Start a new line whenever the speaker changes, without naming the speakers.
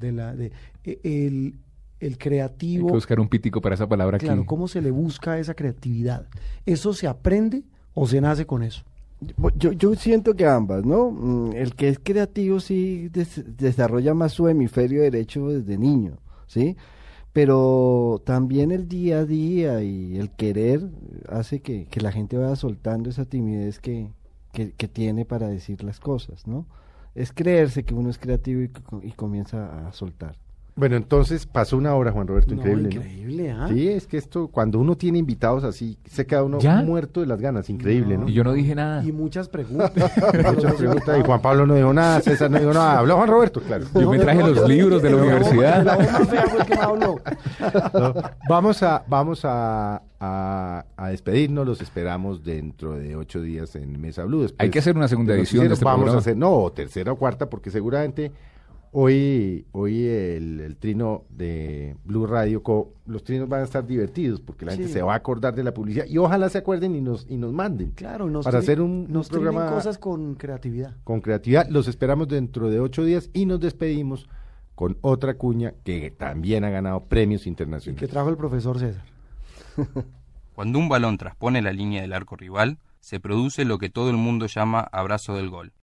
de la de e- el, el
Hay
creativo
que buscar un pítico para esa palabra aquí.
claro cómo se le busca esa creatividad eso se aprende o se nace con eso
Yo, yo siento que ambas, ¿no? Mm, El que es creativo sí des- desarrolla más su hemisferio derecho desde niño, ¿sí? Pero también el día a día y el querer hace que, que la gente vaya soltando esa timidez que, que- que tiene para decir las cosas, ¿no? Es creerse que uno es creativo y, co- y comienza a soltar.
Bueno, entonces pasó una hora, Juan Roberto,
No,
increíble. ¿no?
increíble, ¿ah?
Sí, es que esto, cuando uno tiene invitados así, se queda uno
¿Ya?
muerto de las ganas, increíble, ¿no?
Y yo no dije nada.
y muchas preguntas
Muchas preguntas, y Juan Pablo no dijo nada, César no dijo nada, habló Juan Roberto, claro.
Yo me traje los libros de la
la
universidad.
voz más fea fue que no habló.
No, Vamos a, vamos a, a- a despedirnos, los esperamos dentro de ocho días en Mesa Blue. después
Hay que hacer una segunda
de los
edición de
noticieros.
este
Vamos
programa.
a hacer, no, o tercera o cuarta, porque seguramente hoy, hoy el, el trino de Blue Radio, Co- los trinos van a estar divertidos, porque la gente
Sí.
se va a acordar de la publicidad y ojalá se acuerden y nos, y nos manden.
claro nos
para
tri-
hacer un, un
nos trimen
programa
cosas con creatividad
con creatividad. Los esperamos dentro de ocho días y nos despedimos con otra cuña que también ha ganado premios
y que
internacionales.
trajo el profesor César
Cuando un balón transpone la línea del arco rival, se produce lo que todo el mundo llama abrazo del gol.